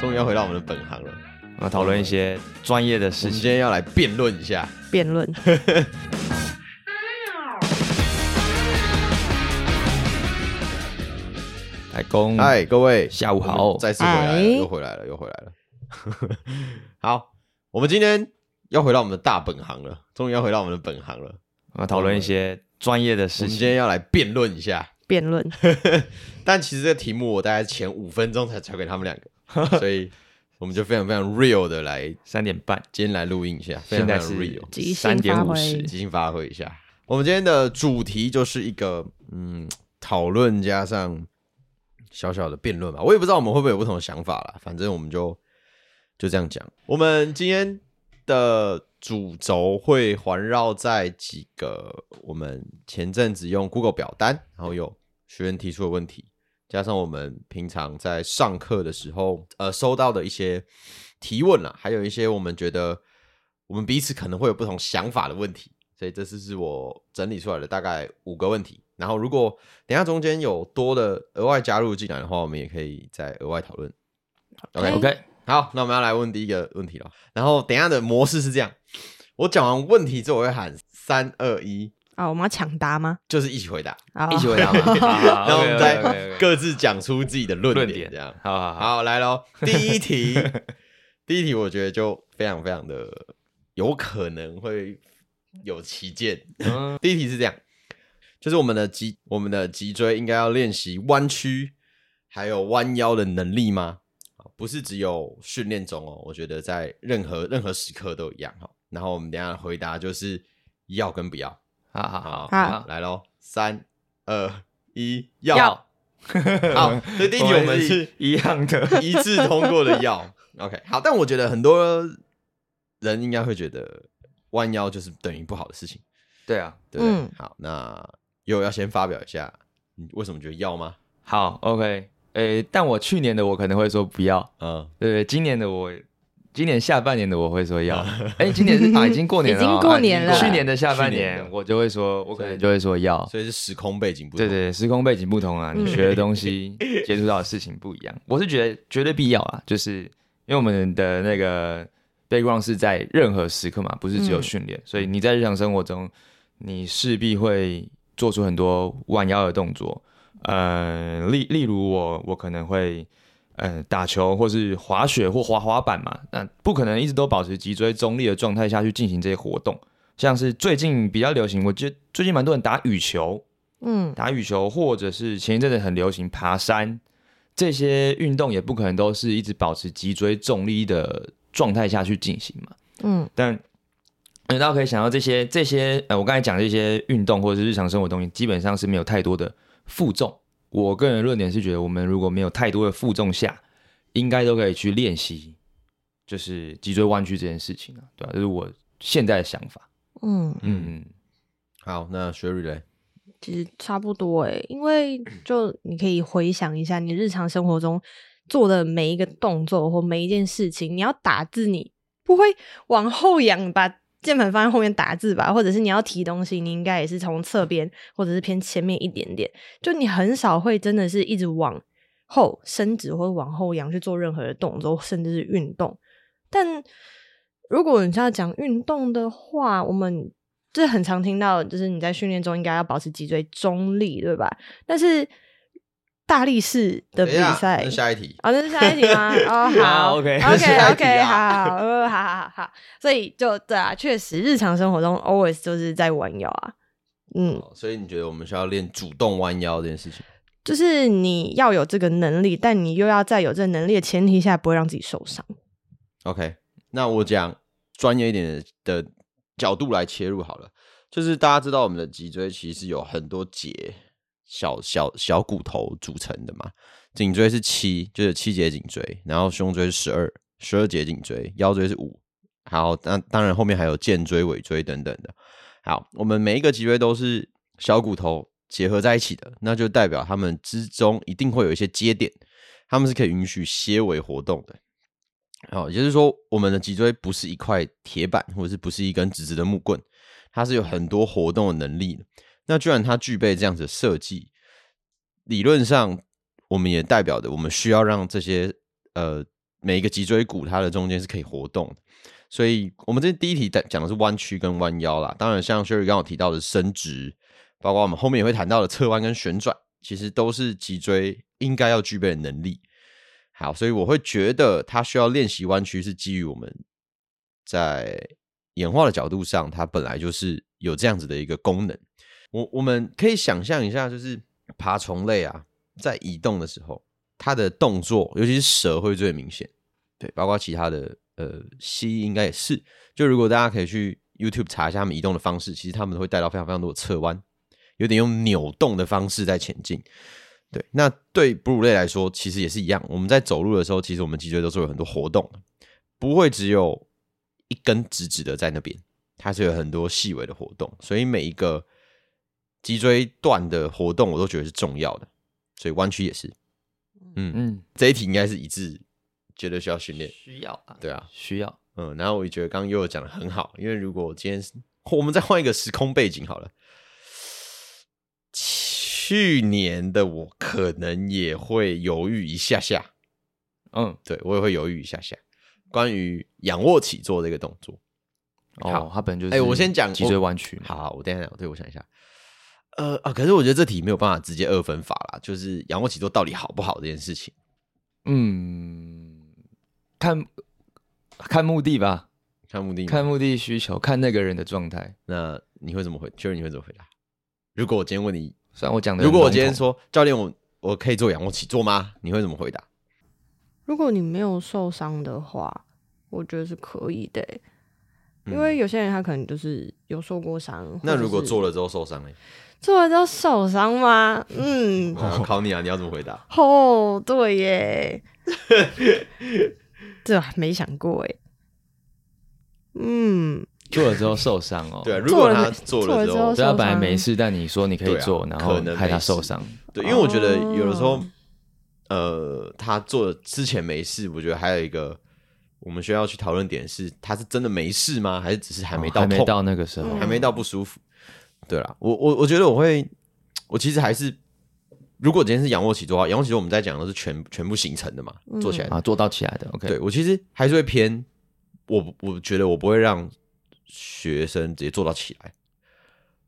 终于要回到我们的本行了。我们讨论一些专业的我事们情。今天要来辩论一下，辩论。 海公，嗨，各位，下午嗯好我们再次回来了，哎又回来了，又回来了。 好，我们今天要回到我们的大本行了，终于要回到我们的本行了。我们讨论一些专业的我事们今情。天要来辩论一下，辩论，但其实这个题目我大概前五分钟才传给他们两 个，所以我们就非常非常 real 的来三点半，今天来录音一下，非常现非在常是 real，即兴三点发五挥十。即兴发挥一下。我们今天的主题就是一个嗯讨论加上小小的辩论吧，我也不知道我们会不会有不同的想法啦，反正我们就就这样讲。我们今天的主轴会环绕在几个我们前阵子用 Google 表单，然后有学员提出的问题，加上我们平常在上课的时候，呃，收到的一些提问啊啦，还有一些我们觉得我们彼此可能会有不同想法的问题，所以这次是我整理出来的大概五个问题。然后如果等一下中间有多的额外加入进来的话，我们也可以再额外讨论。OK OK OK，好，那我们要来问第一个问题了。然后等一下的模式是这样：我讲完问题之后，我会喊三二一，啊，我们要抢答吗？就是一起回答，啊，一起回答嘛。 然然后我们再各。各自讲出自己的论论点，点这样。好好好，好，来 喽，第一题，第一题我觉得就非常非常的有可能会有旗舰。嗯第一题是这样，就是我们的脊我们的脊椎应该要练习弯曲还有弯腰的能力吗？啊不是只有训练中哦，我觉得在任何任何时刻都一样哈。然后我们等一下的回答就是要跟不要。好好好，好，好来喽，三二一，要。好， 所以第一题我们是一样的，一致通过的要。OK，好，但我觉得很多人应该会觉得弯腰就是等于不好的事情，对啊。 对不对？嗯好，那有要先发表一下，你为什么觉得要吗？好，OK，诶、但我去年的我可能会说不要，嗯，对不对？今年的我，今年下半年的我会 说要，诶、今年是啊，已经过年了哦，已经过年了啊去年的下半去年的年我就会说，我可能就会说哦要。所以是时空背景不同。对对，对时空背景不同啊，你嗯学的东西、接触到的事情不一样。我是觉得绝对必要啊，就是因为我们的那个 background 是在任何时刻嘛，不是只有嗯训练，所以你在日常生活中，你势必会做出很多弯腰的动作。呃，例例如我，我可能会呃打球，或是滑雪或滑滑板嘛，那不可能一直都保持脊椎中立的状态下去进行这些活动。像是最近比较流行，我觉得最近蛮多人打羽球，嗯，打羽球，或者是前一阵子很流行爬山，这些运动也不可能都是一直保持脊椎重力的状态下去进行嘛。嗯，但呃大家可以想到这些这些呃，我刚才讲这些运动或者是日常生活东西，基本上是没有太多的负重。我个人的论点是觉得，我们如果没有太多的负重下，应该都可以去练习，就是脊椎弯曲这件事情啊，对吧、这是我现在的想法。嗯，嗯，嗯，好，那 Sherry 嘞，其实差不多诶，因为就你可以回想一下你日常生活中做的每一个动作或每一件事情，你要打字，你不会往后仰把键盘放在后面打字吧？或者是你要提东西，你应该也是从侧边或者是偏前面一点点，就你很少会真的是一直往后伸直或者往后仰去做任何的动作，甚至是运动。但如果你是要讲运动的话，我们这很常听到，就是你在训练中应该要保持脊椎中立，对吧？但是大力士等的比一下赛哎那，下一题，哦，那是下一题 吗？哦，好好，OK 那是下 OK 一题 OK，啊好好，呃好好好好，所以就对啊，确实日常生活中 always 就是在玩腰啊，嗯，好哦所以你觉得我们需要练主动弯腰这件事情？就是你要有这个能力，但你又要在有这个能力的前提下不会让自己受伤。 OK，那我讲专业一点的角度来切入好了，就是大家知道我们的脊椎其实有很多节小小小骨头组成的嘛，颈椎是七，就是七节颈椎，然后胸椎是十二，十二节颈椎，腰椎是五，好，那当然后面还有肩椎、尾椎等等的。好，我们每一个脊椎都是小骨头结合在一起的，那就代表它们之中一定会有一些接点，它们是可以允许些微活动的。好，哦也就是说，我们的脊椎不是一块铁板，或者是不是一根直直的木棍，它是有很多活动的能力的。那既然它具备这样子的设计，理论上我们也代表着我们需要让这些呃每一个脊椎骨它的中间是可以活动的。所以我们这第一题在讲的是弯曲跟弯腰啦，当然像 Sherry 刚刚有提到的伸直，包括我们后面也会谈到的侧弯跟旋转，其实都是脊椎应该要具备的能力。好，所以我会觉得它需要练习弯曲，是基于我们在演化的角度上，它本来就是有这样子的一个功能。我我们可以想象一下，就是爬虫类啊，在移动的时候，它的动作，尤其是蛇会最明显，对，包括其他的呃蜥应该也是。就如果大家可以去 YouTube 查一下它们移动的方式，其实它们会带到非常非常多的侧弯，有点用扭动的方式在前进。对，那对哺乳类来说，其实也是一样。我们在走路的时候，其实我们脊椎都是有很多活动的，不会只有一根直直的在那边，它是有很多细微的活动。所以每一个脊椎段的活动，我都觉得是重要的。所以弯曲也是，嗯，嗯，这一题应该是一致，觉得需要训练。需要啊，对啊，需要。嗯，然后我也觉得刚刚悠悠讲的很好，因为如果今天是我们再换一个时空背景好了，去年的我可能也会犹豫一下下，嗯，对我也会犹豫一下下，关于仰卧起坐这个动作。好哦，它本来就是哎我先讲脊椎弯曲嘛。好，我等一下讲，对我想一下。呃啊，可是我觉得这题没有办法直接二分法啦，就是仰卧起坐到底好不好这件事情，嗯，看看目的吧，看目的嘛。看目的需求，看那个人的状态。那你会怎么回？确认你会怎么回答？如果我今天问你虽然我讲的，如果我今天，说教练，我我可以做仰卧起坐吗？你会怎么回答？如果你没有受伤的话，我觉得是可以的欸、因为有些人他可能就是有受过伤。嗯那如果或者是做了之后受伤呢？做了之后受伤吗？嗯，哦我要考你啊！你要怎么回答？哦，对 耶，这还没想过哎。嗯，做了之后受伤哦， 对啊，啊，如果他做做了没了之做了后之，对啊，受本来伤没事，但你说你可以对啊做，然后可能害他没事受伤。对，因为我觉得有的时候哦，呃，他做之前没事，我觉得还有一个我们需要去讨论点是，他是真的没事吗？还是只是还没到哦还没痛，到那个时候，嗯还没到不舒服？对啦，我我我觉得我会，我其实还是，如果今天是仰卧起坐的话，仰卧起坐我们在讲的是全全部形成的嘛，嗯做起来啊，做到起来的，OK，对我其实还是会偏，我不我觉得我不会让学生直接做到起来，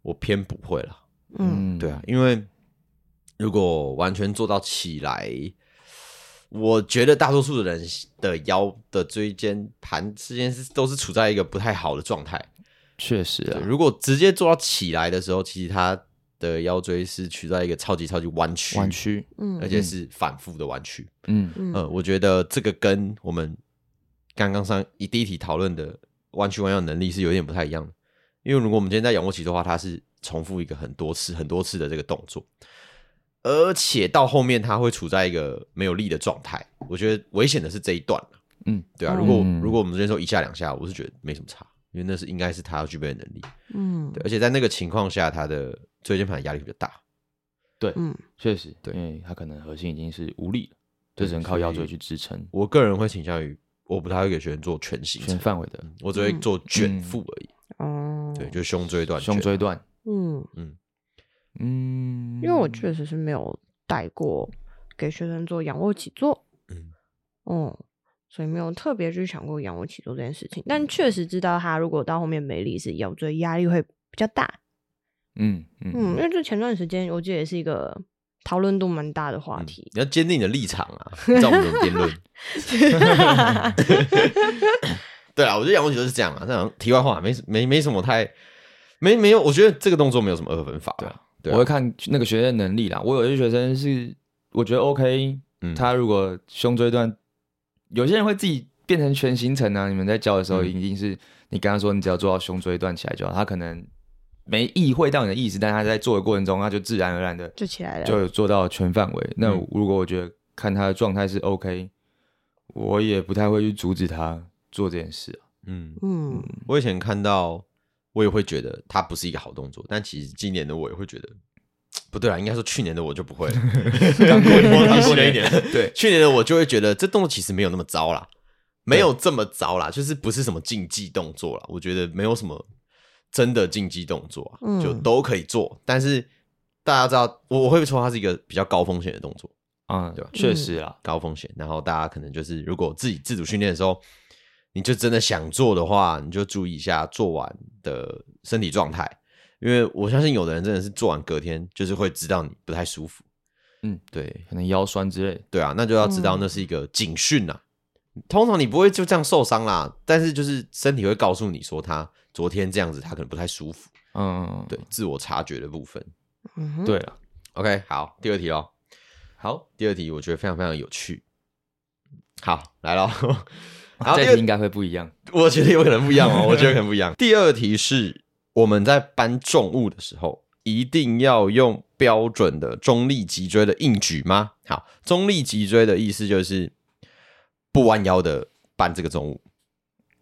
我偏不会了。嗯，对啊，，因为如果完全做到起来，我觉得大多数的人的腰的椎间盘之间是都是处在一个不太好的状态。确实对，啊，如果直接做到起来的时候，其实他的腰椎是处在一个超级超级弯曲，弯曲，嗯而且是反复的弯曲。嗯，嗯呃，我觉得这个跟我们刚刚上一第一题讨论的弯曲弯腰能力是有点不太一样的，因为如果我们今天在仰卧起坐的话，它是重复一个很多次、很多次的这个动作，而且到后面它会处在一个没有力的状态。我觉得危险的是这一段嗯，对啊，如果、嗯如果我们今天说一下两下，我是觉得没什么差，因为那是应该是他要具备的能力，嗯对，而且在那个情况下，他的椎间盘压力比较大，嗯确实，对因为他可能核心已经是无力了，就对只能靠腰所椎以去支撑，我个人会倾向于我不太会给学生做全形全成，范围的我只会嗯做卷嗯腹而已。哦，对，就是胸椎断胸椎段，嗯，嗯，因为我确实是没有带过给学生做仰卧起坐，嗯嗯，所以没有特别去想过仰卧起坐这件事情，但确实知道他如果到后面没力是腰椎压力会比较大，嗯嗯嗯，因为这前段时间我记得也是一个讨论度蛮大的话嗯 题， 你要坚定你的立场啊，在我们的辩论。对啊，我觉得仰卧起坐是这样啊，这样题外话，没没没什么太没没有，我觉得这个动作没有什么二分法对啊、啊对啊我会看那个学生的能力啦。我有些学生是我觉得 OK，、嗯他如果胸椎段，有些人会自己变成全形成啊。你们在教的时候，嗯一定是、你刚刚说你只要做到胸椎段起来就好，他可能没意会到你的意思，但他在做的过程中，他就自然而然的就起来了，就有做到全范围。那嗯如果我觉得看他的状态是 OK，我也不太会去阻止他做这件事 啊、嗯，嗯我以前看到，我也会觉得它不是一个好动作，但其实今年的我也会觉得。不对啊，应该说去年的我就不会了， 刚过年，刚过年一 年，对，去年的我就会觉得这动作其实没有那么糟啦，没有这么糟啦，就是不是什么竞技动作啦，我觉得没有什么真的竞技动作啊，嗯就都可以做。但是大家知道，我我会说它是一个比较高风险的动作，嗯对吧，确实啊，高风险。然后大家可能就是，如果自己自主训练的时候，你就真的想做的话，你就注意一下做完的身体状态，因为我相信有的人真的是做完隔天就是会知道你不太舒服。嗯，对可能腰酸之类的。对啊，那就要知道那是一个警讯啊。通常你不会就这样受伤啦，但是就是身体会告诉你说他昨天这样子，他可能不太舒服。嗯，对，自我察觉的部分。嗯哼，对啊了， OK，好，第二题喽。好，第二题我觉得非常非常有趣。好，来喽。 好，第这二题应该会不一样。 我觉得有可能不一样 哦，我觉得可能不一样。第二题是我们在搬重物的时候，一定要用标准的中立脊椎的硬举吗？好，中立脊椎的意思就是不弯腰的搬这个重物。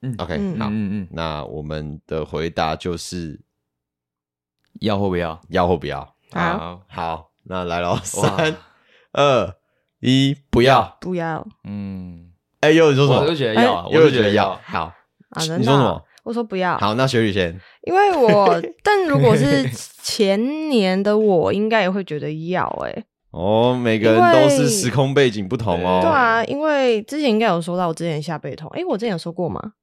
嗯 OK，、嗯好，嗯嗯嗯，那我们的回答就是要或不要？要或不要。好，，好，那来喽，哇三二一，不要。不要嗯，哎、呦，你说什我就么？觉得要啊，哎又我就觉得要要。啊。好，啊！你真的说什么啊？我说不要，好，那学宇先。因为 我，但如果是前年的我，应该也会觉得要哎、哦，每个因人为都是时空背景不同哦。对啊，因为之前应该有说到我之前下背痛，哎、我之前有说过吗？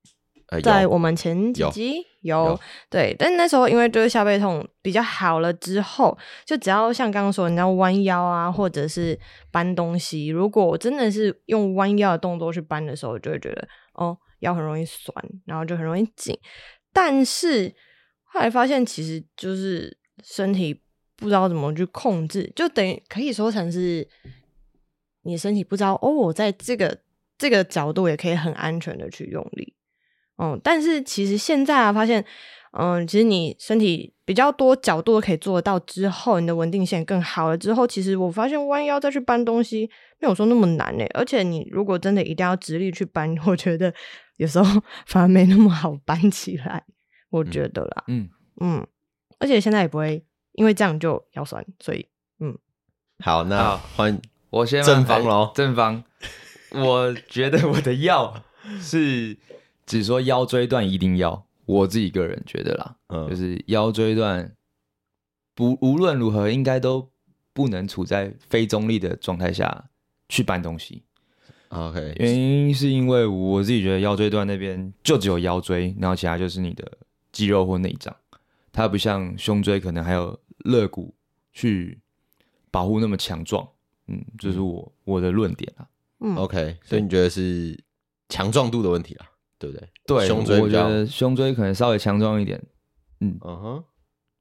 呃，啊在有我们前几有集有有对，但那时候因为就是下背痛比较好了之后，就只要像刚刚说，你要弯腰啊，或者是搬东西，如果我真的是用弯腰的动作去搬的时候，我就会觉得哦腰很容易酸，然后就很容易紧。但是后来发现，其实就是身体不知道怎么去控制，就等于可以说成是你的身体不知道哦，我在这个这个角度也可以很安全的去用力。哦、但是其实现在啊，发现，嗯、其实你身体比较多角度都可以做得到之后，你的稳定性更好了之后，其实我发现弯腰再去搬东西没有说那么难呢、而且你如果真的一定要直立去搬， 我觉得有时候反而没那么好搬起来，我觉得啦，嗯，嗯，而且现在也不会因为这样就腰酸，所以好，那好换嗯我先正方咯喽，正方。我觉得我的要是只说腰椎段一定要，我自己个人觉得啦，就嗯是腰椎段不无论如何应该都不能处在非中立的状态下去搬东西。啊，OK，原因是因为我自己觉得腰椎段那边就只有腰椎，然后其他就是你的肌肉或内脏，它不像胸椎可能还有肋骨去保护那么强壮。嗯，这、是我、我的论点啊。嗯 OK，所以你觉得是强壮度的问题啦，对不对？对，胸椎我比觉较，得胸椎可能稍微强壮一点。嗯哼，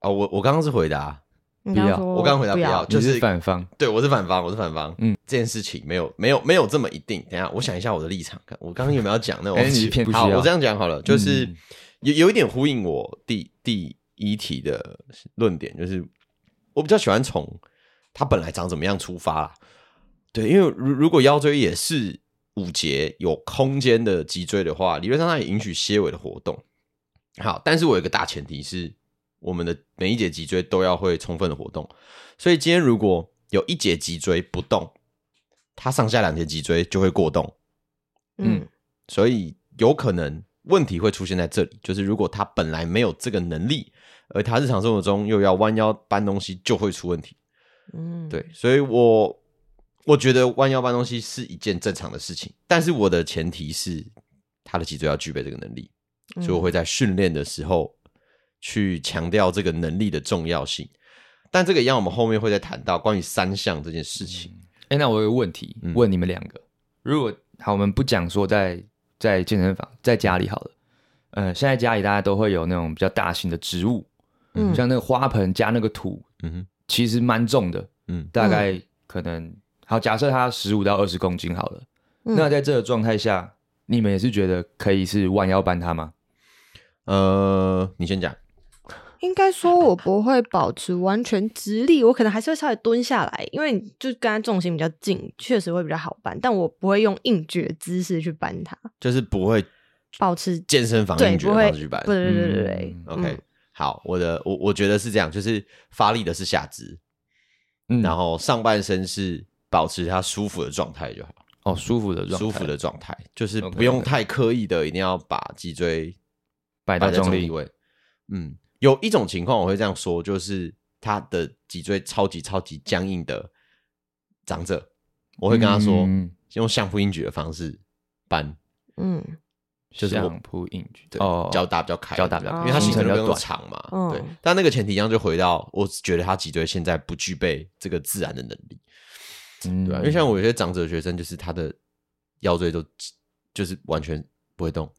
哦，我我刚刚是回答，你不刚要说我刚回答不不要就你是是反方，对我是反方，我是反方，嗯嗯，这件事情没有没有没有这么一定。等一下，我想一下我的立场，看我刚刚有没有要讲那种哎你偏不需好，要我这样讲好了，就是、嗯有有一点呼应我第第一题的论点，就是我比较喜欢从它本来长怎么样出发啦。对，因为如如果腰椎也是五节有空间的脊椎的话，理论上它也允许些微的活动。好，但是我有一个大前提是，我们的每一节脊椎都要会充分的活动。所以今天如果有一节脊椎不动，它上下两节脊椎就会过动，嗯所以有可能问题会出现在这里，就是如果他本来没有这个能力，而他日常生活中又要弯腰搬东西，就会出问题。嗯对，所以我我觉得弯腰搬东西是一件正常的事情，但是我的前提是他的脊椎要具备这个能力，嗯所以我会在训练的时候去强调这个能力的重要性。但这个一样，我们后面会再谈到关于三项这件事情。哎、那我有个问题嗯问你们两个：如果好，我们不讲说在在健身房，在家里好了。呃，现在家里大家都会有那种比较大型的植物，嗯像那个花盆加那个土，嗯哼，其实蛮重的，嗯大概可能好，假设它十五到二十公斤好了。嗯那在这个状态下，你们也是觉得可以是弯腰搬它吗？呃，你先讲。应该说，我不会保持完全直立，我可能还是会稍微蹲下来，因为你就跟它重心比较近，确实会比较好搬。但我不会用硬举的姿势去搬它，就是不会保持健身房对硬举不的会，方式对去搬。对对对对嗯，OK，、好，我的我我觉得是这样，就是发力的是下肢，嗯然后上半身是保持它舒服的状态就好，哦，舒服的状态，舒服的状态，就是 OK，OK 不用太刻意的一定要把脊椎摆摆到在重重力力，位。嗯，有一种情况我会这样说，就是他的脊椎超级超级僵硬的长者，我会跟他说，嗯用相扑硬举的方式搬，嗯就是我相扑硬举，对啊哦，脚打比较开，脚打比较开因为它行程行程比较比较短长嘛。嗯对，但那个前提上就回到，我觉得他脊椎现在不具备这个自然的能力，嗯对、啊，因为像我有些长者学生，就是他的腰椎都就是完全不会动，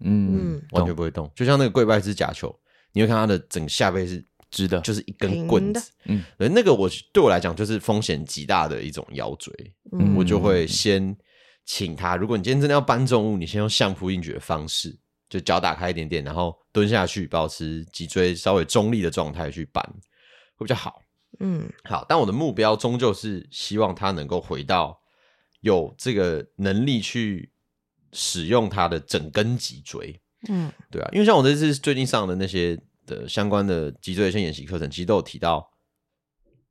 嗯嗯完全不会动，就像那个跪拜式假球，你会看他的整个下背是直的，就是一根平棍的子，嗯，对，那个我对我来讲就是风险极大的一种腰椎，嗯，我就会先请他。如果你今天真的要搬重物，你先用相扑硬举的方式，就脚打开一点点，然后蹲下去，保持脊椎稍微中立的状态去搬，会比较好。嗯好，但我的目标终究是希望他能够回到有这个能力去使用他的整根脊椎。嗯对啊，因为像我这次最近上的那些的相关的脊椎的一些演习课程，其实都有提到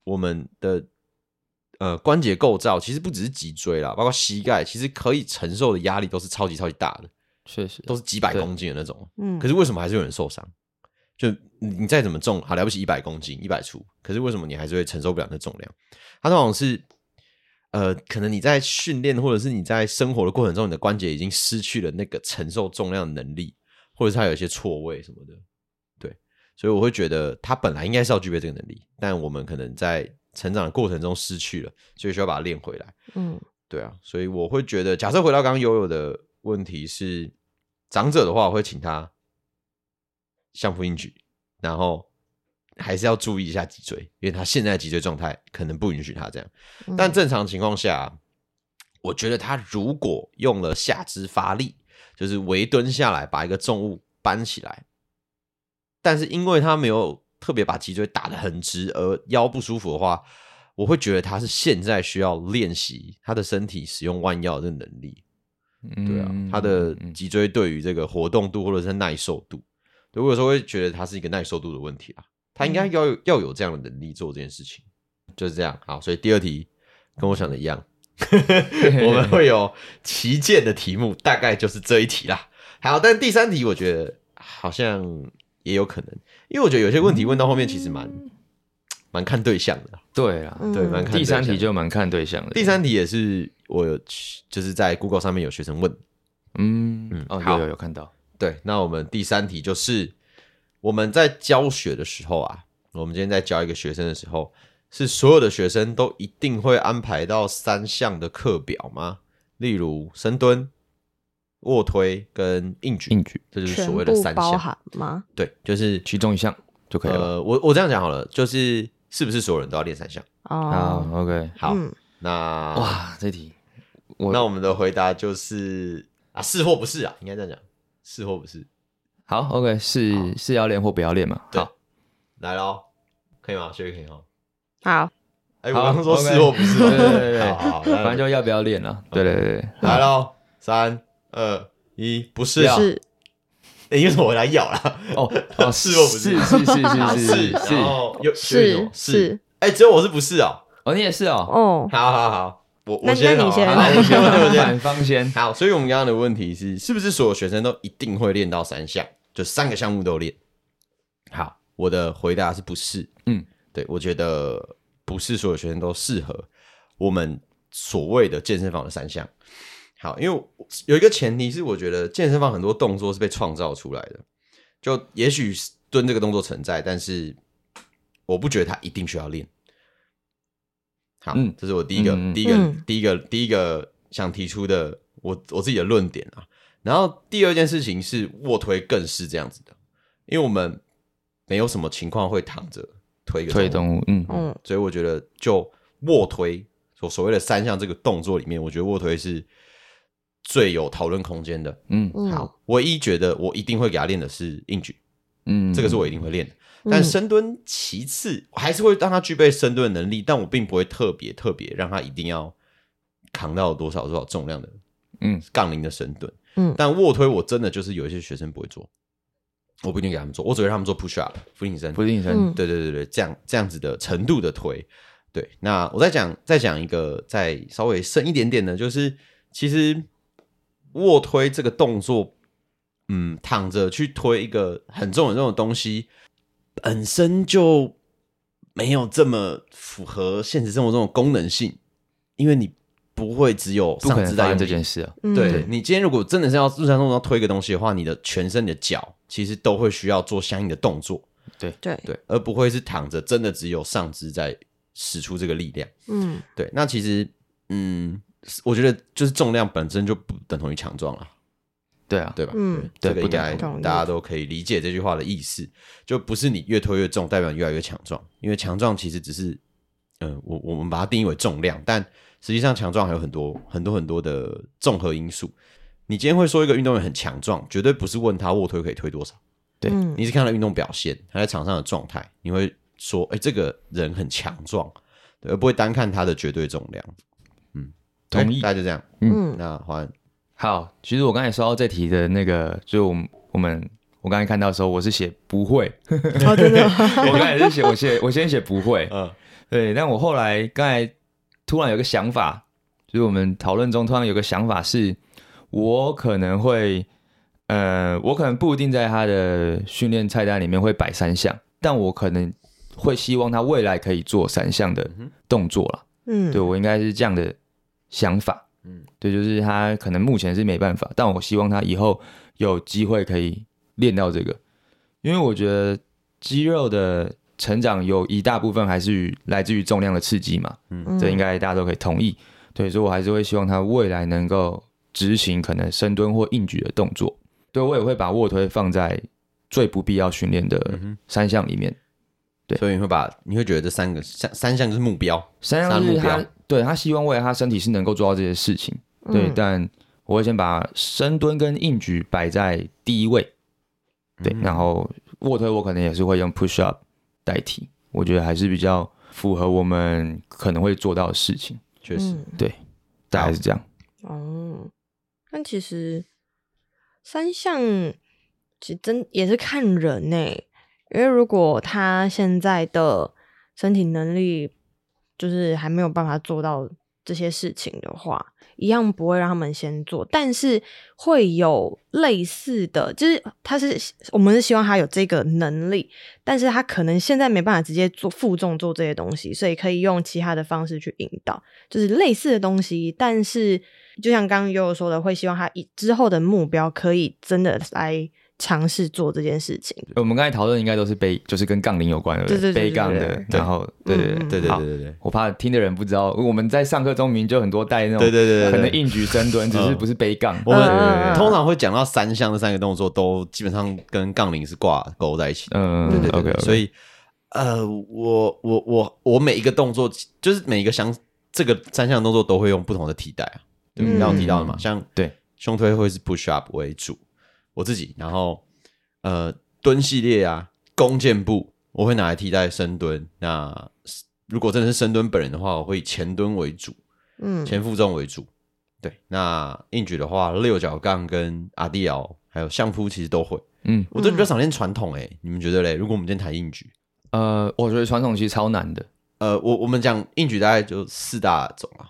我们的呃关节构造，其实不只是脊椎啦，包括膝盖，其实可以承受的压力都是超级超级大的，确实都是几百对公斤的那种。嗯，可是为什么还是有人受伤？就你你再怎么重，好了不起一百公斤一百出，可是为什么你还是会承受不了那重量？它通常是呃，可能你在训练或者是你在生活的过程中，你的关节已经失去了那个承受重量的能力，或者是它有一些错位什么的。对，所以我会觉得它本来应该是要具备这个能力，但我们可能在成长的过程中失去了，所以需要把它练回来。嗯对啊，所以我会觉得，假设回到刚刚悠悠的问题是，长者的话，我会请他相扑硬举，然后还是要注意一下脊椎，因为他现在的脊椎状态可能不允许他这样。嗯但正常情况下，我觉得他如果用了下肢发力，就是围蹲下来把一个重物搬起来，但是因为他没有特别把脊椎打得很直，而腰不舒服的话，我会觉得他是现在需要练习他的身体使用弯腰的这个能力。嗯对啊，他的脊椎对于这个活动度或者是耐受度，对我有时候会觉得它是一个耐受度的问题啊，他应该嗯要有、要有这样的能力做这件事情，就是这样。好，所以第二题跟我想的一 样， 我们会有旗舰的题目，大概就是这一题啦。好，但第三题我觉得好像也有可能，因为我觉得有些问题问到后面其实蛮蛮看对象的啊，对啊，嗯对，蛮看第三对象题就蛮看对象的，第三题也是我有去就是在 Google 上面有学生问的嗯嗯哦好有有有看到，对，那我们第三题就是我们在教学的时候啊，我们今天在教一个学生的时候，是所有的学生都一定会安排到三项的课表吗？例如深蹲、卧推跟硬举，硬举这就是全所部谓的三包项。含吗？对，就是其中一项就可以了呃，我我这样讲好了，就是是不是所有人都要练三项？吧。哦好，，OK，啊好，嗯那哇，这题那我们的回答就是啊，是或不是啊，应该这样讲，是或不是。好，OK，是是要练或不要练嘛？对好，来喽，可以吗？学可以哈。好，哎，我好刚刚说 OK 是或不是吗，对对对对好好好来反正就要不要练了。呃对对对，对来喽，三二一，不是啊，是哎你为什么回来咬啦？哦哦，是或不是是是是好是是哦是然，后又学什是么是是，哎，只有我是不是哦？哦，你也是哦，哦，好好好，我那我先那好你先好好我先我反先。方先，好，所以我们刚刚的问题是，是不是所有学生都一定会练到三项，就三个项目都练？好，我的回答是不是？嗯，对，我觉得不是所有学生都适合我们所谓的健身房的三项。好，因为我有一个前提是，我觉得健身房很多动作是被创造出来的，就也许蹲这个动作存在，但是我不觉得它一定需要练。好，嗯这是我第一个、嗯嗯嗯第一个、嗯第一个、第一个想提出的我我自己的论点啊。然后第二件事情是卧推更是这样子的，因为我们没有什么情况会躺着推一个推重物动物，嗯，嗯所以我觉得就卧推所所谓的三项这个动作里面，我觉得卧推是最有讨论空间的。嗯嗯，好，唯一觉得我一定会给他练的是硬举，嗯，这个是我一定会练的。但深蹲其次，我还是会让他具备深蹲的能力，但我并不会特别特别让他一定要扛到多少多少重量的，嗯，杠铃的深蹲，嗯但卧推我真的就是有一些学生不会做，我不一定给他们做，我只会让他们做 push up 俯卧撑，不定嗯生，对对对对，这样这样子的程度的推。对，那我再讲再讲一个，再稍微深一点点的，就是其实卧推这个动作，嗯，躺着去推一个很重很重的东西，本身就没有这么符合现实生活中的功能性，因为你不会只有不可上能肢在发生用这件力。事啊。嗯对你今天如果真的是要日常生活中要推一个东西的话，你的全身、你的脚其实都会需要做相应的动作，对，对，而不会是躺着，真的只有上肢在使出这个力量。嗯对，那其实，嗯，我觉得就是重量本身就不等同于强壮了，对啊，对吧？嗯这个对不应该等同大家都可以理解这句话的意思，就不是你越推越重，代表你越来越强壮，因为强壮其实只是，嗯、我我们把它定义为重量，但实际上强壮还有很多很多很多的综合因素。你今天会说一个运动员很强壮，绝对不是问他卧推可以推多少，对嗯你是看他运动表现，他在场上的状态，你会说，哎、这个人很强壮，对而不会单看他的绝对重量。嗯，同意哎大家就这样。嗯那欢好，其实我刚才收到这题的那个，就是我们我们我刚才看到的时候，我是写不 会，哦，真的我刚才是写我写我先写不会，嗯对，但我后来刚才突然有个想法，就是我们讨论中突然有个想法是，我可能会，呃，我可能不一定在他的训练菜单里面会摆三项，但我可能会希望他未来可以做三项的哼动作啦。嗯，对我应该是这样的想法。嗯嗯，对，就是他可能目前是没办法，但我希望他以后有机会可以练到这个，因为我觉得肌肉的成长有一大部分还是与来自于重量的刺激嘛，嗯这应该大家都可以同意。对，所以我还是会希望他未来能够执行可能深蹲或硬举的动作。对我也会把卧推放在最不必要训练的嗯三项里面。对所以你会把你会觉得这三个三三项就是目标，三三项就目是标他对他希望未来他身体是能够做到这些事情，嗯对，但我会先把深蹲跟硬举摆在第一位，对，嗯然后卧推我可能也是会用 push up 代替，我觉得还是比较符合我们可能会做到的事情，确实，嗯大概是这样。哦，但其实三项其实真也是看人呢、因为如果他现在的身体能力就是还没有办法做到这些事情的话，一样不会让他们先做，但是会有类似的，就是他是我们是希望他有这个能力，但是他可能现在没办法直接做负重做这些东西，所以可以用其他的方式去引导。就是类似的东西，但是就像刚刚悠悠说的，会希望他以之后的目标可以真的来尝试做这件事情。我们刚才讨论应该都是背，就是跟杠铃有关的，对对对对背杠对的对，然后对对嗯嗯对对好对对对。我怕听的人不知道，我们在上课中明明就很多带那种，对对对对对可能硬举、深蹲，只是嗯不是背杠。我们对对对对通常会讲到三项，这三个动作都基本上跟杠铃是挂钩在一起的。嗯对对对 o k 对所以呃，我我我我每一个动作，就是每一个相这个三项动作都会用不同的替代啊。对，嗯你刚刚有提到的嘛，像对胸推会是 push up 为主，我自己，然后呃蹲系列啊，弓箭步我会拿来替代深蹲。那如果真的是深蹲本人的话，我会以前蹲为主。嗯前负重为主。对，那硬举的话，六角杠跟阿迪摇还有相扑其实都会。嗯，我都比较少练传统诶、你们觉得嘞？如果我们今天谈硬举，呃，我觉得传统其实超难的。呃，我我们讲硬举大概就四大种啊。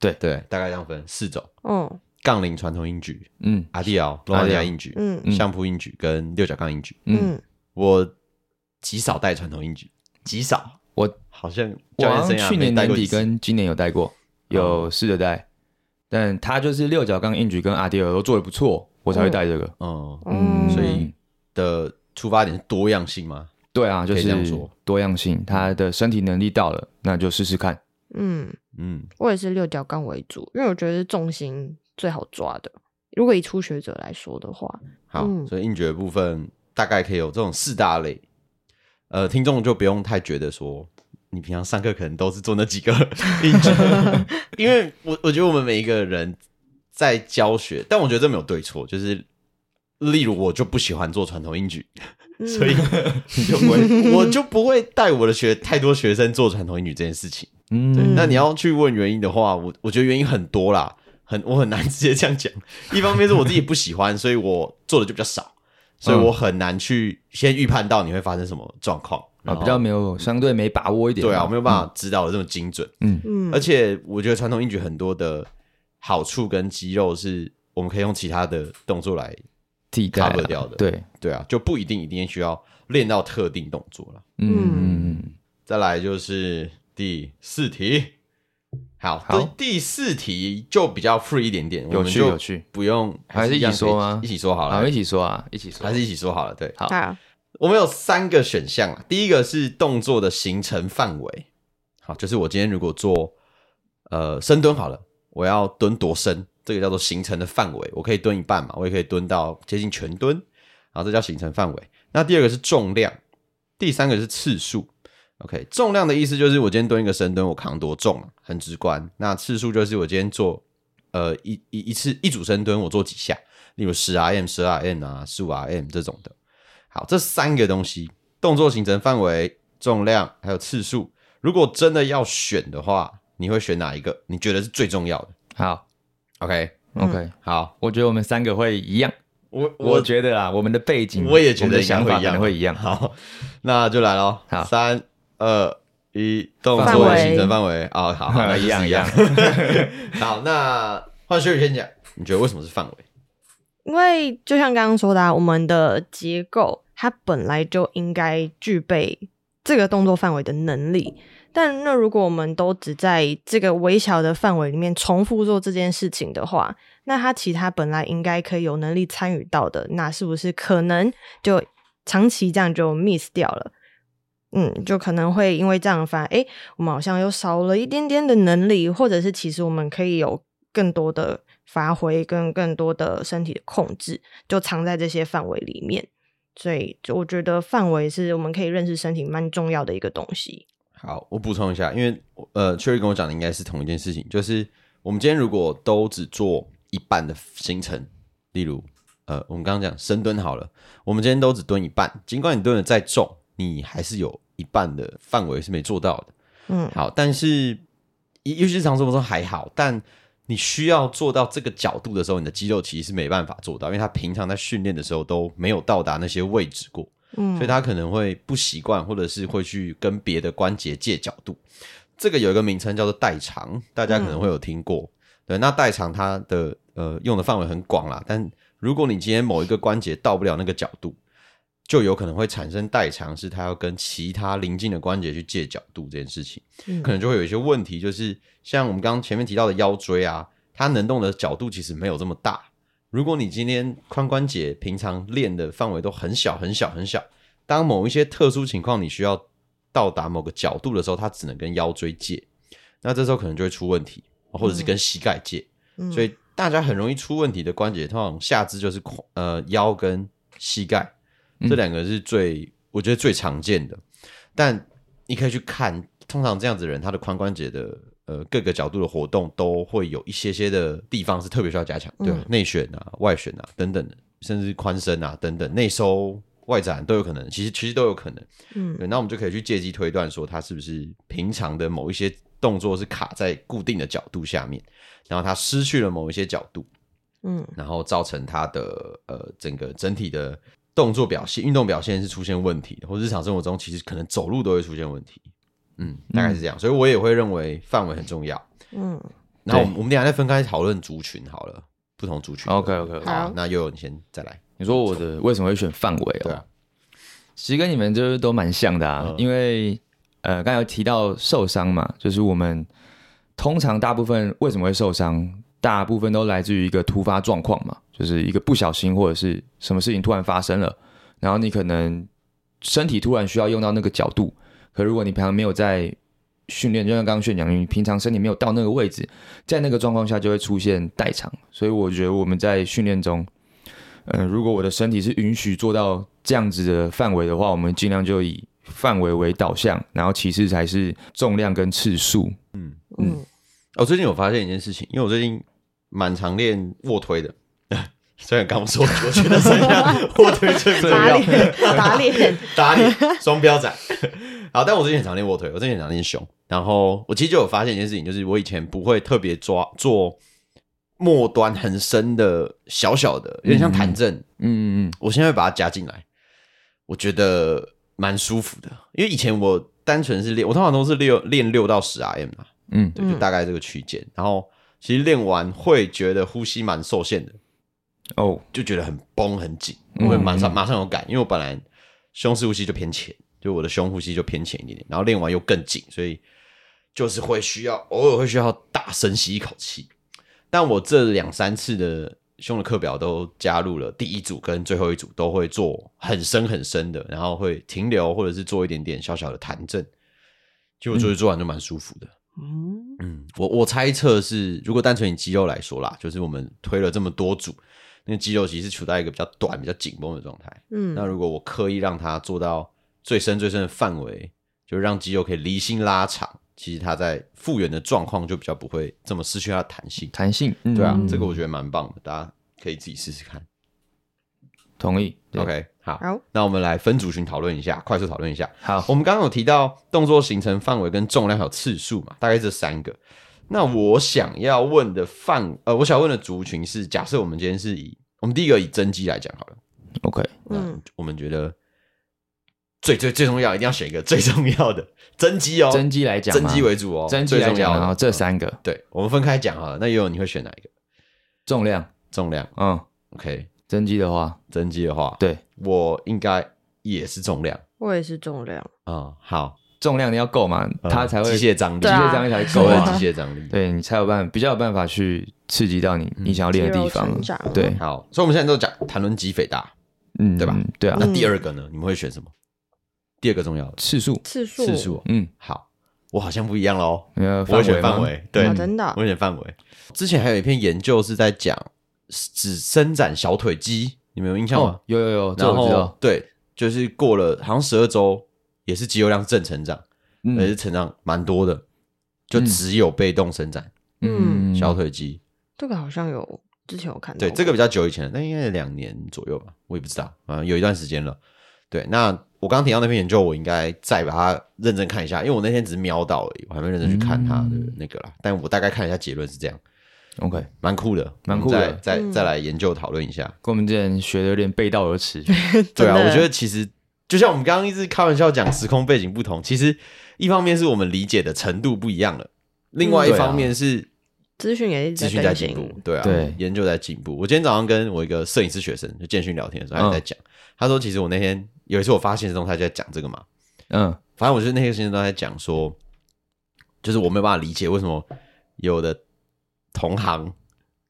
对对，大概这样分四种：哦杠铃传统硬举、嗯阿迪摇、罗马尼亚硬举、嗯嗯相扑硬举跟六角杠硬举。嗯，嗯我极少带传统硬举，极少。我好像我教练好生像涯去年没带年过底一次哦跟今年有带过，有试着带，但他就是六角杠硬举跟阿迪尔都做的不错，我才会带这个。嗯哦嗯，所以的出发点是多样性吗？对啊，就可以这样是说多样性，他的身体能力到了，那就试试看。嗯，嗯，我也是六角杠为主，因为我觉得是重心最好抓的。如果以初学者来说的话，好，嗯所以硬举的部分大概可以有这种四大类，呃，听众就不用太觉得说你平常上课可能都是做那几个硬举，因为我我觉得我们每一个人在教学，但我觉得这没有对错，就是例如我就不喜欢做传统硬举， 嗯所以你就不会，我就不会带我的学太多学生做传统硬举这件事情。对，嗯，那你要去问原因的话，我我觉得原因很多啦，很我很难直接这样讲。 一方面是我自己不喜欢，所以我做的就比较少，所以我很难去先预判到你会发生什么状况啊，然后比较没有相对没把握一点嘛。对啊，我没有办法指导的这么精准。嗯而且我觉得传统硬举很多的好处跟肌肉是我们可以用其他的动作来，替代啊 cover 掉的对，对啊，就不一定一定需要练到特定动作了。嗯嗯嗯，再来就是第四题，好，好第第四题就比较 free 一点点，有我们趣就有趣不用还是一一样起可以说吗一起说好了，好，一起说啊，一起说，还是一起说好了。对，好好，我们有三个选项啊，第一个是动作的形成范围，好，就是我今天如果做呃深蹲好了，我要蹲多深，这个叫做形成的范围，我可以蹲一半嘛，我也可以蹲到接近全蹲，然后这叫形成范围。那第二个是重量，第三个是次数。OK，重量的意思就是我今天蹲一个深蹲，我扛多重嘛，很直观。那次数就是我今天做呃一一一次一组深蹲，我做几下，例如十 RM、十 RM 啊、十五 RM 这种的。好，这三个东西，动作形成范围、重量还有次数，如果真的要选的话，你会选哪一个？你觉得是最重要的好？OK，嗯，OK，好，我觉得我们三个会一样，我我觉得啊啦，我们的背景，我也觉我得们的应该想法一可样，能会一样。好，那就来喽好，三二一，动范作的围形成范围啊， 好， 好一样那就是一样。好，那换薛宇先讲，你觉得为什么是范围？因为就像刚刚说的、啊，我们的结构它本来就应该具备这个动作范围的能力。但那如果我们都只在这个微小的范围里面重复做这件事情的话，那他其他本来应该可以有能力参与到的，那是不是可能就长期这样就 miss 掉了？嗯，就可能会因为这样发现，诶，我们好像又少了一点点的能力，或者是其实我们可以有更多的发挥，跟更多的身体的控制，就藏在这些范围里面。所以，就我觉得范围是我们可以认识身体蛮重要的一个东西。好，我补充一下，因为呃，Cherry 跟我讲的应该是同一件事情，就是我们今天如果都只做一半的行程，例如呃，我们刚刚讲深蹲好了，我们今天都只蹲一半，尽管你蹲的再重，你还是有一半的范围是没做到的。嗯，好，但是尤尤其是长生活中还好，但你需要做到这个角度的时候，你的肌肉其实是没办法做到，因为他平常在训练的时候都没有到达那些位置过。嗯，所以他可能会不习惯，或者是会去跟别的关节借角度。这个有一个名称叫做代偿，大家可嗯能会有听过。对，那代偿它的呃用的范围很广啦，但如果你今天某一个关节到不了那个角度，就有可能会产生代偿，是它要跟其他邻近的关节去借角度这件事情。嗯可能就会有一些问题，就是像我们刚刚前面提到的腰椎啊，它能动的角度其实没有这么大。如果你今天髋关节平常练的范围都很小很小很小，当某一些特殊情况你需要到达某个角度的时候，它只能跟腰椎借，那这时候可能就会出问题，或者是跟膝盖借。嗯所以大家很容易出问题的关节，通常下肢就是髋呃腰跟膝盖嗯这两个是最、我觉得最常见的。但你可以去看，通常这样子的人，他的髋关节的呃各个角度的活动都会有一些些的地方是特别需要加强，对吧，嗯内旋啊、外旋啊等等的，甚至髋伸啊等等，内收、外展都有可能，其实其实都有可能。嗯对，那我们就可以去借机推断说，他是不是平常的某一些动作是卡在固定的角度下面，然后他失去了某一些角度，嗯然后造成他的呃整个整体的动作表现、运动表现是出现问题的，或日常生活中其实可能走路都会出现问题。嗯，大概是这样，所以我也会认为范围很重要。嗯，然后我们我们等一下再分开讨论族群好了，不同族群的。 OK，OK，OK 好好那悠悠你先再来。你说我的为什么会选范围哦？对啊其实跟你们就是都蛮像的啊，嗯因为呃，刚才有提到受伤嘛，就是我们通常大部分为什么会受伤，大部分都来自于一个突发状况嘛，就是一个不小心或者是什么事情突然发生了，然后你可能身体突然需要用到那个角度，可如果你平常没有在训练，就像刚刚炫讲，你平常身体没有到那个位置，在那个状况下就会出现代偿，所以我觉得我们在训练中。嗯，如果我的身体是允许做到这样子的范围的话，我们尽量就以范围为导向，然后其次才是重量跟次数。嗯，我、哦最近有发现一件事情，因为我最近蛮常练卧推的。 虽然刚刚说，我觉得剩下卧推最重打要， 脸，打脸，打脸，双标仔。 好，但我最近很常练卧推，我最近很常练胸。然后我其实就有发现一件事情，就是我以前不会特别抓做末端很深的小小的，有点像弹震，嗯嗯嗯，我现在会把它加进来，我觉得蛮舒服的。因为以前我单纯是练，我通常都是六练六到十 RM 啊，嗯对，就大概这个区间。然后其实练完会觉得呼吸蛮受限的，哦，就觉得很绷很紧，嗯我会马上马上有感，因为我本来胸式呼吸就偏浅，就我的胸呼吸就偏浅一点点，然后练完又更紧，所以就是会需要偶尔会需要大深吸一口气。但我这两三次的胸的课表都加入了第一组跟最后一组，都会做很深很深的，然后会停留或者是做一点点小小的弹震。结果就是做完就蛮舒服的。嗯，嗯，我我猜测是，如果单纯以肌肉来说啦，就是我们推了这么多组，那个肌肉其实是处在一个比较短、比较紧绷的状态。嗯那如果我刻意让它做到最深最深的范围，就让肌肉可以离心拉长，其实它在复原的状况就比较不会这么失去它的弹性。弹性，嗯对啊，嗯这个我觉得蛮棒的，大家可以自己试试看。同意。对 OK，好，好那我们来分组群讨论一下，快速讨论一下。好，我们刚刚有提到动作形成范围跟重量还有次数嘛，大概这三个。那我想要问的范，呃，我想问的族群是，假设我们今天是以我们第一个以增肌来讲好了， OK，嗯嗯，我们觉得最最最重要，一定要选一个最重要的增肌哦，增肌来讲增吗，肌为主哦，增肌来最重讲，要的然后这三个对，我们分开讲好了。那悠悠你会选哪一个？重量，重量嗯， ，OK，增肌的话，增肌的话，对，我应该也是重量我也是重量，啊、好，重量你要够嘛，呃它才会机械张力，对机啊械张力才所够谓的啊，机械张力，对你才有办比较有办法去刺激到嗯你你想要练的地方肌肉成长，对，好，所以我们现在都讲谈论肌肥大，嗯，对吧？对啊，那第二个呢？你们会选什么？第二个重要的次数，次数，次数。哦嗯，好，我好像不一样喽。你的我会选吗啊范围，对，哦真的哦我会选范围。之前还有一篇研究是在讲只伸展小腿肌，你们有印象吗哦？，有有有，这啊然我知道后，对，就是过了好像十二周，也是肌肉量正成长，嗯也是成长蛮多的，就只有被动伸展嗯小腿肌。这个好像有之前有看到过，嗯对，这个比较久以前了，那应该两年左右吧，我也不知道，啊，有一段时间了。对，那我刚刚提到那篇研究，我应该再把它认真看一下，因为我那天只是瞄到而已，我还没认真去看它的嗯那个啦。但我大概看了一下结论是这样， OK，跟蛮酷的，蛮酷的我们再再嗯再来研究讨论一 下。我们之前学的有点背道而驰，对啊，真的我觉得其实就像我们刚刚一直开玩笑讲时空背景不同，其实一方面是我们理解的程度不一样了，另外一对啊方面是资讯也一资直讯在更进步新，，对啊，对研究在进步。我今天早上跟我一个摄影师学生就建训聊天的时候，他嗯也在讲，他说其实我那天有一次我发现动态就在讲这个嘛，嗯，反正我就是那些现在都在讲说，就是我没有办法理解为什么有的同行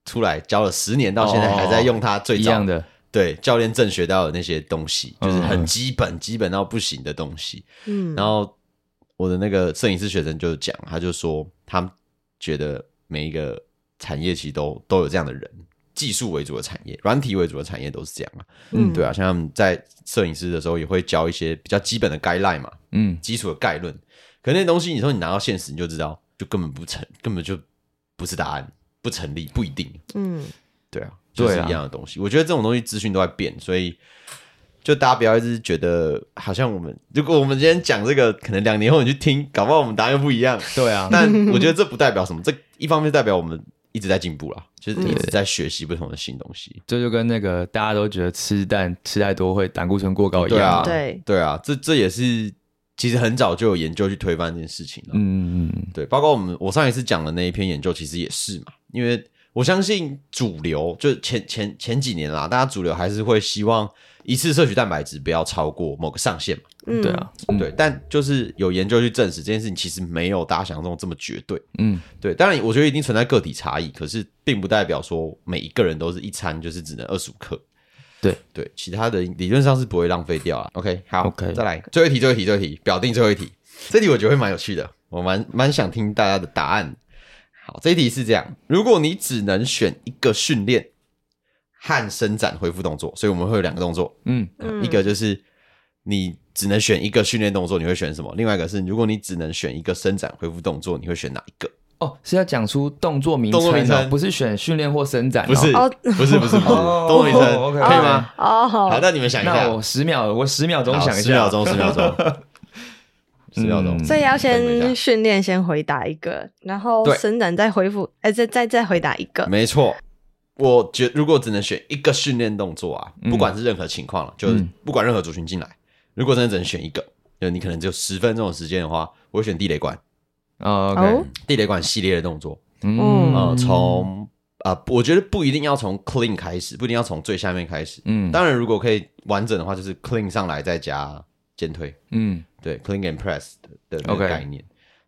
出来教了十年到现在哦还在用他最一早样的，对教练证学到的那些东西，就是很嗯基本、基本到不行的东西。嗯，然后我的那个摄影师学生就讲，他就说他们觉得每一个产业其实都都有这样的人，技术为主的产业、软体为主的产业都是这样啊。嗯对啊，像他们在摄影师的时候也会教一些比较基本的 guideline 嘛，嗯，基础的概论。可那些东西，你说你拿到现实，你就知道，就根本不成，根本就不是答案，不成立，不一定。嗯，对啊，就是对啊一样的东西。我觉得这种东西资讯都在变，所以就大家不要一直觉得好像我们，如果我们今天讲这个，可能两年后你去听，搞不好我们答案又不一样。对啊，但我觉得这不代表什么，这一方面代表我们一直在进步啦，就是一嗯直在学习不同的新东西。这就跟那个大家都觉得吃蛋吃太多会胆固醇过高一对啊，样，对对啊，这这也是其实很早就有研究去推翻这件事情了。嗯，嗯，嗯对，包括我们我上一次讲的那一篇研究，其实也是嘛，因为我相信主流就前前前几年啦，大家主流还是会希望一次摄取蛋白质不要超过某个上限嘛，嗯，对，啊，嗯，对。但就是有研究去证实这件事情其实没有大家想象中这么绝对，嗯，对。当然，我觉得一定存在个体差异，可是并不代表说每一个人都是一餐就是只能二十五克。对对，其他的理论上是不会浪费掉啊。OK，好 OK 再来最后一题，最后一题，最后一题，表定最后一题。这题我觉得会蛮有趣的，我蛮蛮想听大家的答案。好，这一题是这样：如果你只能选一个训练和伸展恢复动作，所以我们会有两个动作，嗯，嗯一个就是你只能选一个训练动作，你会选什么？另外一个是，如果你只能选一个伸展恢复动作，你会选哪一个？哦，是要讲出动作名动作名称哦称，不是选训练或伸展哦，不是，哦不是，不是，不是，哦动作名哦称，OK 可以吗？哦，好，好那你们想一下那，我十秒，我十秒钟想一下，十秒，钟，十秒钟， 十秒钟，嗯所以要等一先下训练，先回答一个，然后对伸展再回复，哎、再再再回答一个。没错。我觉如果只能选一个训练动作啊，嗯不管是任何情况了，就是嗯不管任何族群进来，如果真的只能选一个，就你可能只有十分钟的时间的话，我会选地雷管， 哦，OK，哦地雷管系列的动作，嗯，呃，从啊、呃我觉得不一定要从 clean 开始，不一定要从最下面开始。嗯，当然，如果可以完整的话，就是 clean 上来再加肩推，嗯对 clean and press 的的那个 OK 概念。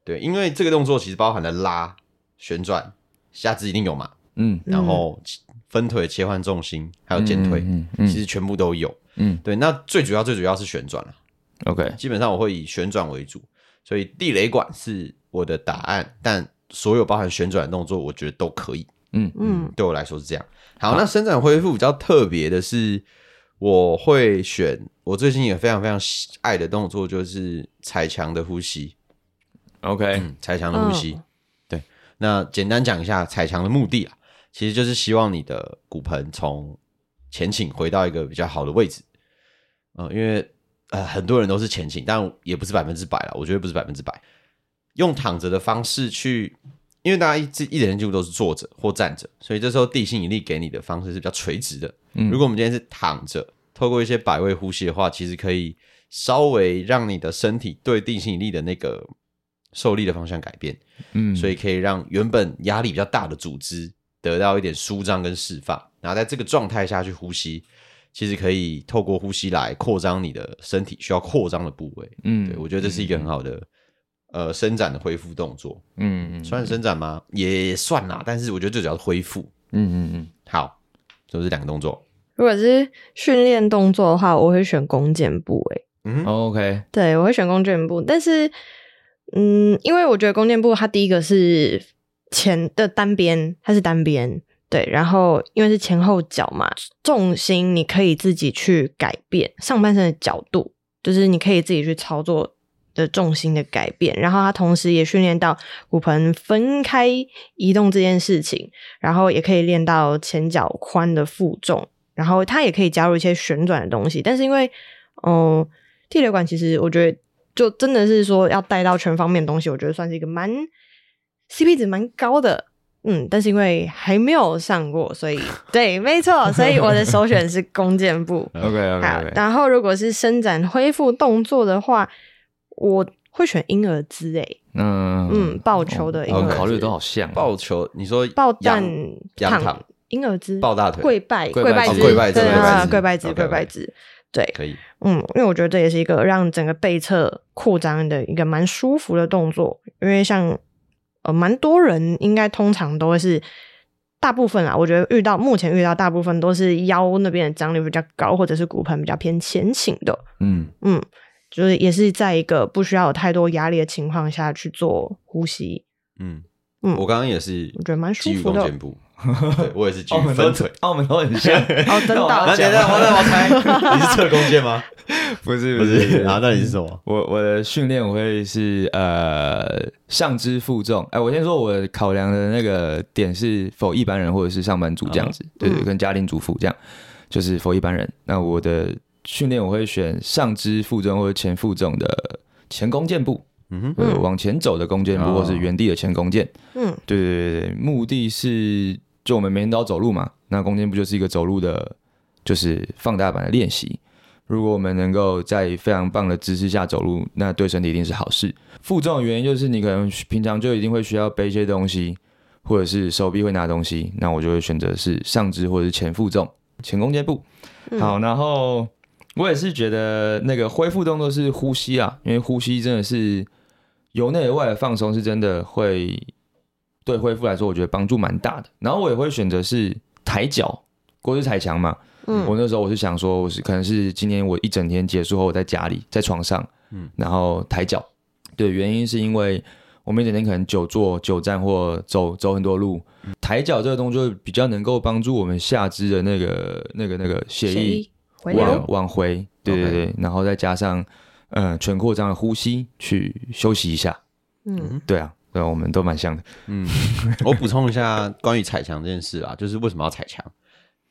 对，因为这个动作其实包含了拉、旋转、下肢一定有嘛，嗯，然后分腿切换重心，还有减腿，嗯其嗯实全部都有。嗯对，那最主要最主要是旋转了， ，OK，基本上我会以旋转为主，所以地雷管是我的答案，但所有包含旋转的动作，我觉得都可以。嗯嗯对我来说是这样。好，那伸展恢复比较特别的是，我会选我最近也非常非常喜爱的动作，就是踩墙的呼吸。 ，OK，嗯，踩墙的呼吸。嗯对，那简单讲一下踩墙的目的啊，其实就是希望你的骨盆从前倾回到一个比较好的位置。嗯、因为呃很多人都是前倾，但也不是百分之百了，我觉得不是百分之百。用躺着的方式去，因为大家一直一整天几乎都是坐着或站着，所以这时候地心引力给你的方式是比较垂直的。嗯如果我们今天是躺着，透过一些百位呼吸的话，其实可以稍微让你的身体对地心引力的那个受力的方向改变，嗯，所以以可以让原本压力比较大的组织得到一点舒张跟释放，然后在这个状态下去呼吸，其实可以透过呼吸来扩张你的身体需要扩张的部位。嗯对我觉得这是一个很好的。呃，伸展的恢复动作嗯嗯算伸展吗？也算啦，但是我觉得最主要是恢复。嗯嗯好，就是两个动作。如果是训练动作的话，我会选弓箭步、欸。嗯嗯，OK，对，我会选弓箭步，但是，嗯，因为我觉得弓箭步它第一个是前的单边，它是单边，对，然后因为是前后脚嘛，重心你可以自己去改变，上半身的角度就是你可以自己去操作的重心的改变，然后它同时也训练到骨盆分开移动这件事情，然后也可以练到前脚髋的负重，然后它也可以加入一些旋转的东西，但是因为，嗯、地雷管其实我觉得就真的是说要带到全方面的东西，我觉得算是一个蛮 CP 值蛮高的。嗯，但是因为还没有上过，所以对，没错，所以我的首选是弓箭步。 OK 好 OK，，然后如果是伸展恢复动作的话，我会选婴儿姿诶，嗯嗯，抱球的婴哦儿，OK 姿，考虑都好像抱球，你说抱仰蛋仰躺躺婴儿姿，抱大腿跪拜，跪跪拜拜姿姿，跪拜姿对跪拜啊，姿跪拜姿， OK，OK 跪拜姿，对，可以，嗯，因为我觉得这也是一个让整个背侧扩张的一个蛮舒服的动作，因为像呃蛮多人应该通常都会是大部分啊，我觉得遇到目前遇到大部分都是腰那边的张力比较高，或者是骨盆比较偏前倾的，嗯嗯，就是也是在一个不需要有太多压力的情况下去做呼吸，嗯嗯我刚刚也是，我觉得蛮舒基于服弓的箭 步，对我也是基于分腿。，澳门都很 像，哦真的哦哦那等那等一一下，我下我让让我 猜，你是侧弓箭吗？不是不是，啊啊，，那你是什么？我我的训练我会是呃上肢负重，哎、我先说我考量的那个点是否一般人或者是上班族这样子，对对，嗯跟家庭主妇这样，就是否一般人。那我的训练我会选上肢负重或者前负重的前弓箭步，嗯哼，对嗯往前走的弓箭步，哦或是原地的前弓箭。嗯对对对对，目的是就我们每天都要走路嘛，那弓箭步就是一个走路的，就是放大版的练习。如果我们能够在非常棒的姿势下走路，那对身体一定是好事。负重的原因就是你可能平常就一定会需要背一些东西，或者是手臂会拿东西，那我就会选择是上肢或者是前负重、前弓箭步。嗯好，然后我也是觉得那个恢复动作是呼吸啊，因为呼吸真的是由内而外的放松，是真的会对恢复来说，我觉得帮助蛮大的。然后我也会选择是抬脚，过去踩墙嘛。我嗯那时候我是想说，我是可能是今天我一整天结束后，我在家里在床上，嗯嗯，然后抬脚。对，原因是因为我们一整天可能久坐、久站或走走很多路，嗯抬脚这个动作比较能够帮助我们下肢的那个、那个、那个血血液液回往流，往回，对对对然后再加上呃全扩张的呼吸去休息一下，嗯对啊，对啊，我们都蛮像的，嗯，我补充一下关于踩墙这件事啊，就是为什么要踩墙？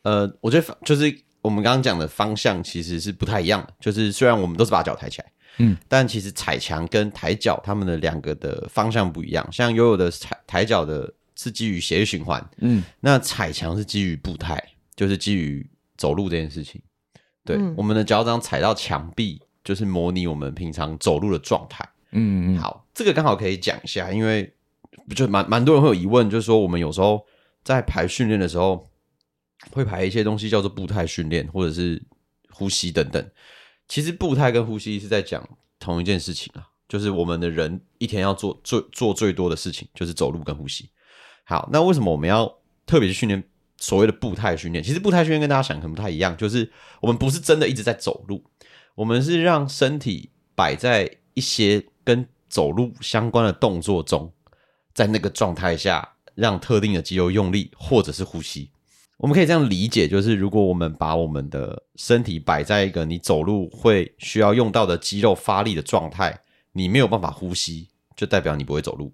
呃，我觉得方就是我们刚刚讲的方向其实是不太一样的，就是虽然我们都是把脚抬起来，嗯，但其实踩墙跟抬脚他们的两个的方向不一样。像悠悠的踩抬脚的是基于血液循环，嗯那踩墙是基于步态，就是基于走路这件事情。对，嗯我们的脚掌踩到墙壁，就是模拟我们平常走路的状态。嗯嗯，好，这个刚好可以讲一下，因为就蛮蛮多人会有疑问，就是说我们有时候在排训练的时候，会排一些东西叫做步态训练，或者是呼吸等等。其实步态跟呼吸是在讲同一件事情啊，就是我们的人一天要做最做最多的事情就是走路跟呼吸。好，那为什么我们要特别去训练所谓的步态训练？其实步态训练跟大家想可能不太一样，就是我们不是真的一直在走路，我们是让身体摆在一些跟走路相关的动作中，在那个状态下让特定的肌肉用力或者是呼吸。我们可以这样理解，就是如果我们把我们的身体摆在一个你走路会需要用到的肌肉发力的状态，你没有办法呼吸，就代表你不会走路，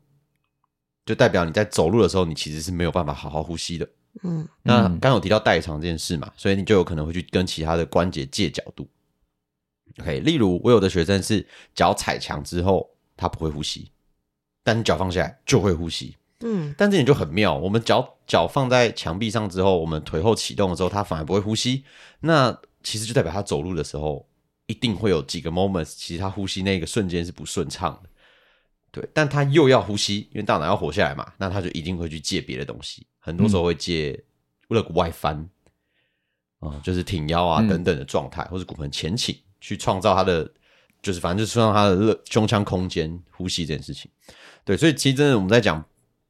就代表你在走路的时候，你其实是没有办法好好呼吸的。嗯，那嗯刚刚有提到代偿这件事嘛，所以你就有可能会去跟其他的关节借角度。OK，例如我有的学生是脚踩墙之后他不会呼吸，但你脚放下来就会呼吸。嗯，但这点就很妙，我们脚脚放在墙壁上之后，我们腿后启动的时候，它反而不会呼吸。那其实就代表他走路的时候，一定会有几个 moments，其实他呼吸那个瞬间是不顺畅的。对，但他又要呼吸，因为大脑要活下来嘛，那他就一定会去借别的东西，很多时候会借肋骨外翻，啊、就是挺腰啊嗯等等的状态，或是骨盆前倾，去创造他的，就是反正就是创造他的肋胸腔空间呼吸这件事情。对，所以其实真的我们在讲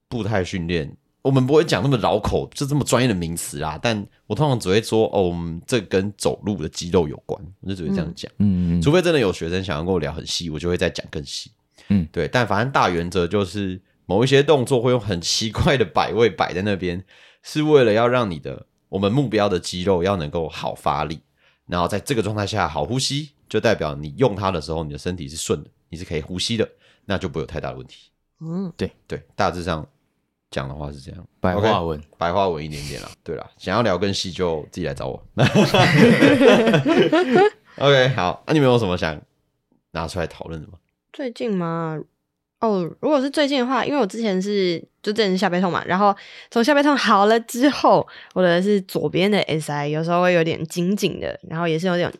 步态训练，我们不会讲那么绕口，就这么专业的名词啦。但我通常只会说，哦，我们这跟走路的肌肉有关，我就只会这样讲。嗯，除非真的有学生想要跟我聊很细，我就会再讲更细。嗯对。但反正大原则就是，某一些动作会用很奇怪的摆位摆在那边，是为了要让你的我们目标的肌肉要能够好发力，然后在这个状态下好呼吸，就代表你用它的时候，你的身体是顺的，你是可以呼吸的，那就不会有太大的问题。嗯，对，大致上讲的话是这样，白 OK 话文白话文一点点啦。对啦，想要聊更细就自己来找我。OK，好，那、你们有什么想拿出来讨论的吗？最近吗？哦，如果是最近的话，因为我之前是就之前是下背痛嘛，然后从下背痛好了之后，我的是左边的 SI 有时候会有点紧紧的，然后也是有点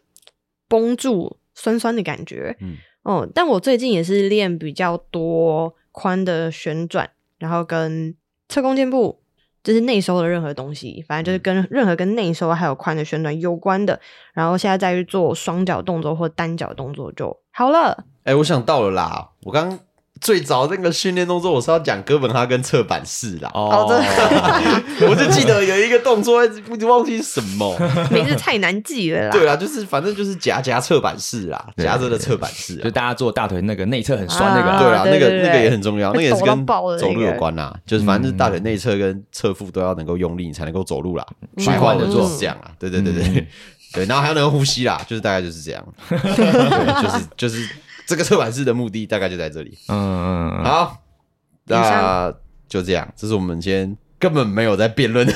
绷住、酸酸的感觉。嗯，哦，但我最近也是练比较多髋的旋转，然后跟侧弓箭步，就是内收的任何东西，反正就是跟任何跟内收还有髋的旋转有关的。然后现在再去做双脚动作或单脚动作就好了。哎、我想到了啦，我刚最早那个训练动作，我是要讲哥本哈根侧板式啦。哦真我就记得有一个动作，不知忘记是什 么。 名字太难记了啦。对啦，就是反正就是夹夹侧板式啦，对夹着的侧板式啊就。大家做大腿那个内侧很酸那个啊啊，对啦，对那个对对那个也很重要，那个也是抖到跟爆的那走路个嗯有关啦，就是反正是大腿内侧跟侧腹都要能够用力，你才能够走路啦。嗯白话文嗯就是这样啊啦，对对对对嗯 对，然后还要能够呼吸啦，就是大概就是这样， 对，就是就是这个侧板式的目的大概就在这里。嗯嗯嗯，好，以上那就这样，这是我们今天根本没有在辩论的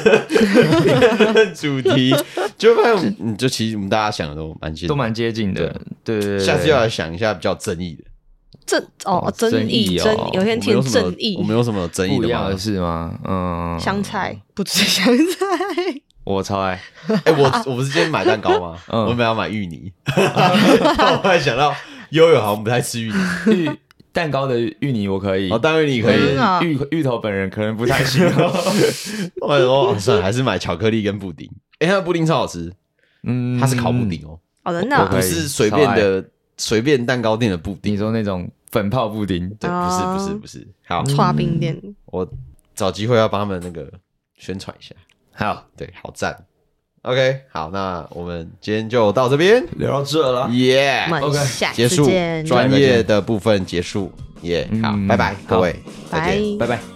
辩论 主题，就发现我们嗯就其实我们大家想的都蛮接近的都蛮接近的，对对对对，下次要来想一下比较争议的，正哦，哦争议争争议哦，有我些们天有什么正义我。们有什么有争议不的一样吗的？事吗？嗯，香菜不吃香菜，我超爱， 哎、我我不是今天买蛋糕吗？嗯我本来要买芋泥， 但我后来想到悠悠好像不太吃芋泥，芋蛋糕的芋泥我可以哦，，但芋泥可以嗯。啊芋芋头本人可能不太行 哦，我想说，哦算了，还是买巧克力跟布丁。哎、它的布丁超好吃，嗯，它是烤布丁哦，好的我不可那以是随便的随便蛋糕店的布你丁。说那种粉泡布丁，对，不是嗯哦不是不是。好，刷冰店我找机会要帮他们那个宣传一下。好，对，好赞。OK，好，那我们今天就到这边，聊到这了耶、我们 OK，下结次束见，专业的部分结束，耶、好，嗯拜拜，各好位，再见拜。拜拜。